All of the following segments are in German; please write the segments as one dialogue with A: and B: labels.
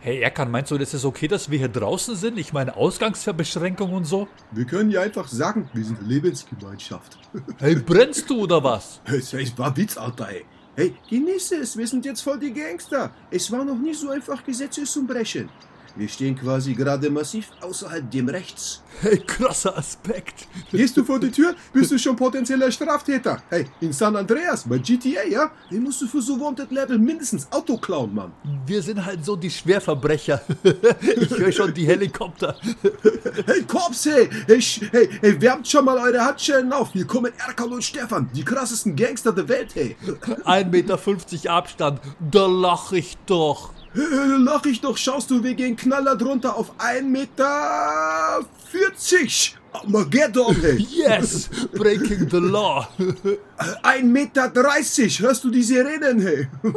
A: Hey Erkan, meinst du, das ist okay, dass wir hier draußen sind? Ich meine, Ausgangsbeschränkung und so?
B: Wir können ja einfach sagen, wir sind eine Lebensgemeinschaft.
A: Hey, brennst du oder was?
B: Es es war Witz, Alter, ey. Hey, genieße es, wir sind jetzt voll die Gangster. Es war noch nie so einfach, Gesetze zu brechen. Wir stehen quasi gerade massiv außerhalb dem Rechts.
A: Hey, krasser Aspekt.
B: Gehst du vor die Tür, bist du schon potenzieller Straftäter. Hey, in San Andreas, bei GTA, ja? Hier musst du für so Wanted Level mindestens Auto klauen, Mann.
A: Wir sind halt so die Schwerverbrecher. Ich höre schon die Helikopter.
B: Hey, Cops, hey, hey, sch- hey, hey, wärmt schon mal eure Handschellen auf. Hier kommen Erkan und Stefan, die krassesten Gangster der Welt, hey.
A: 1,50 Meter Abstand. Da lach ich doch.
B: Äh, Lach ich doch, schaust du, wir gehen knaller drunter auf 1,40 Meter. Armageddon, hey.
A: Yes, breaking the law.
B: 1,30 Äh, Meter, hörst du die Sirenen, hey?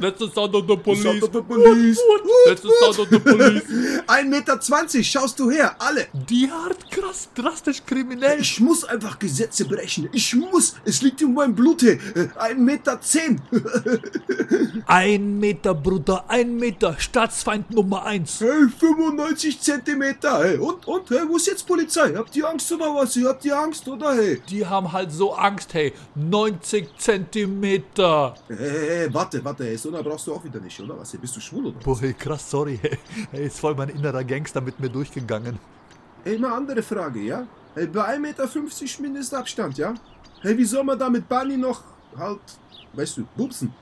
A: That's the sound of the police.
B: Sound of the police.
A: That's the sound of the police.
B: 1,20 Meter, schaust du her, alle.
A: Die hart krass, drastisch kriminell.
B: Ich muss einfach Gesetze brechen. Ich muss. Es liegt in meinem Blut, hey. 1,10 Meter.
A: Ein Meter, Bruder, ein Meter. Staatsfeind Nummer eins.
B: Hey, 95 Zentimeter, hey. Und, und, hey, wo ist jetzt Polizei? Habt ihr Angst oder was? Ihr habt ihr Angst, oder, hey?
A: Die haben halt so Angst, hey. 90 Zentimeter.
B: Hey, hey, hey, Äh, warte, warte, hey. So nah brauchst du auch wieder nicht, oder was? Hey, bist du schwul, oder?
A: Boah, hey, krass, sorry. Hey, hey, ist voll mein innerer Gangster mit mir durchgegangen.
B: Hey, mal andere Frage, ja? Hey, bei 1,50 Meter Mindestabstand, ja? Hey, wie soll man da mit Bunny noch halt, weißt du, bumsen?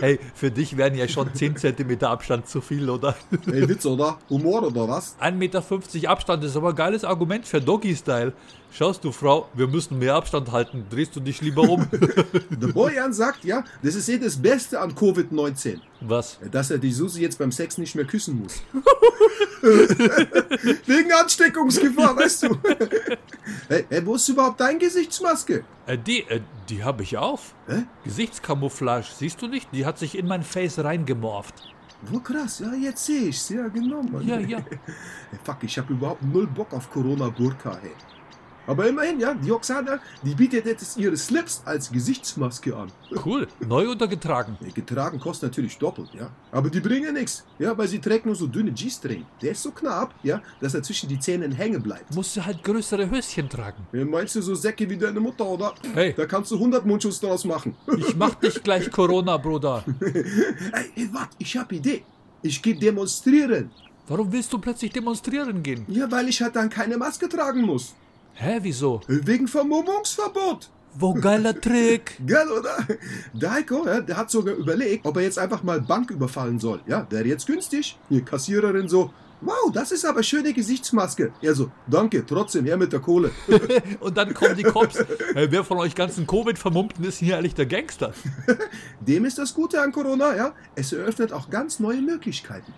A: Hey, für dich wären ja schon 10 Zentimeter Abstand zu viel, oder?
B: Hey, Witz, oder? Humor oder was?
A: 1,50 Meter Abstand ist aber ein geiles Argument für Doggy-Style. Schaust du, Frau, wir müssen mehr Abstand halten. Drehst du dich lieber um?
B: Der Boyan sagt, ja, das ist eh das Beste an Covid-19.
A: Was?
B: Dass er die Susi jetzt beim Sex nicht mehr küssen muss. Wegen Ansteckungsgefahr, weißt du. Hey, hey, wo ist überhaupt deine Gesichtsmaske?
A: Äh, die, äh, die habe ich auf.
B: Hä?
A: Gesichtskamouflage, siehst du nicht? Die hat sich in mein Face reingemorft.
B: Wo krass, ja, jetzt sehe ich's. Ja, genau, Mann.
A: Ja, ja.
B: Hey, fuck, ich habe überhaupt null Bock auf Corona-Burka, hey. Aber immerhin, ja, die Oksana, die bietet jetzt ihre Slips als Gesichtsmaske an.
A: Cool. Neu untergetragen.
B: Ja, Getragen kostet natürlich doppelt, ja. Aber die bringen nichts, ja, weil sie trägt nur so dünne G-String. Der ist so knapp, ja, dass er zwischen die Zähnen hängen bleibt.
A: Musst du halt größere Höschen tragen.
B: Ja, Meinst du so Säcke wie deine Mutter, oder?
A: Hey.
B: Da kannst du 100 Mundschutz draus machen.
A: Ich mach dich gleich Corona, Bruder.
B: Ey, ey warte, ich hab Idee. Ich geh demonstrieren.
A: Warum willst du plötzlich demonstrieren gehen?
B: Ja, weil ich halt dann keine Maske tragen muss. Äh,
A: Hä, wieso?
B: Wegen Vermummungsverbot.
A: Wo geiler Trick.
B: Geil, oder? Der Heiko, ja, der hat sogar überlegt, ob er jetzt einfach mal Bank überfallen soll. Ja, wäre jetzt günstig. Die Kassiererin so, wow, das ist aber schöne Gesichtsmaske. Er so, danke, trotzdem her mit der Kohle.
A: Und dann kommen die Cops. Hey, wer von euch ganzen Covid-Vermummten ist hier eigentlich der Gangster?
B: Dem ist das Gute an Corona, ja. Es eröffnet auch ganz neue Möglichkeiten.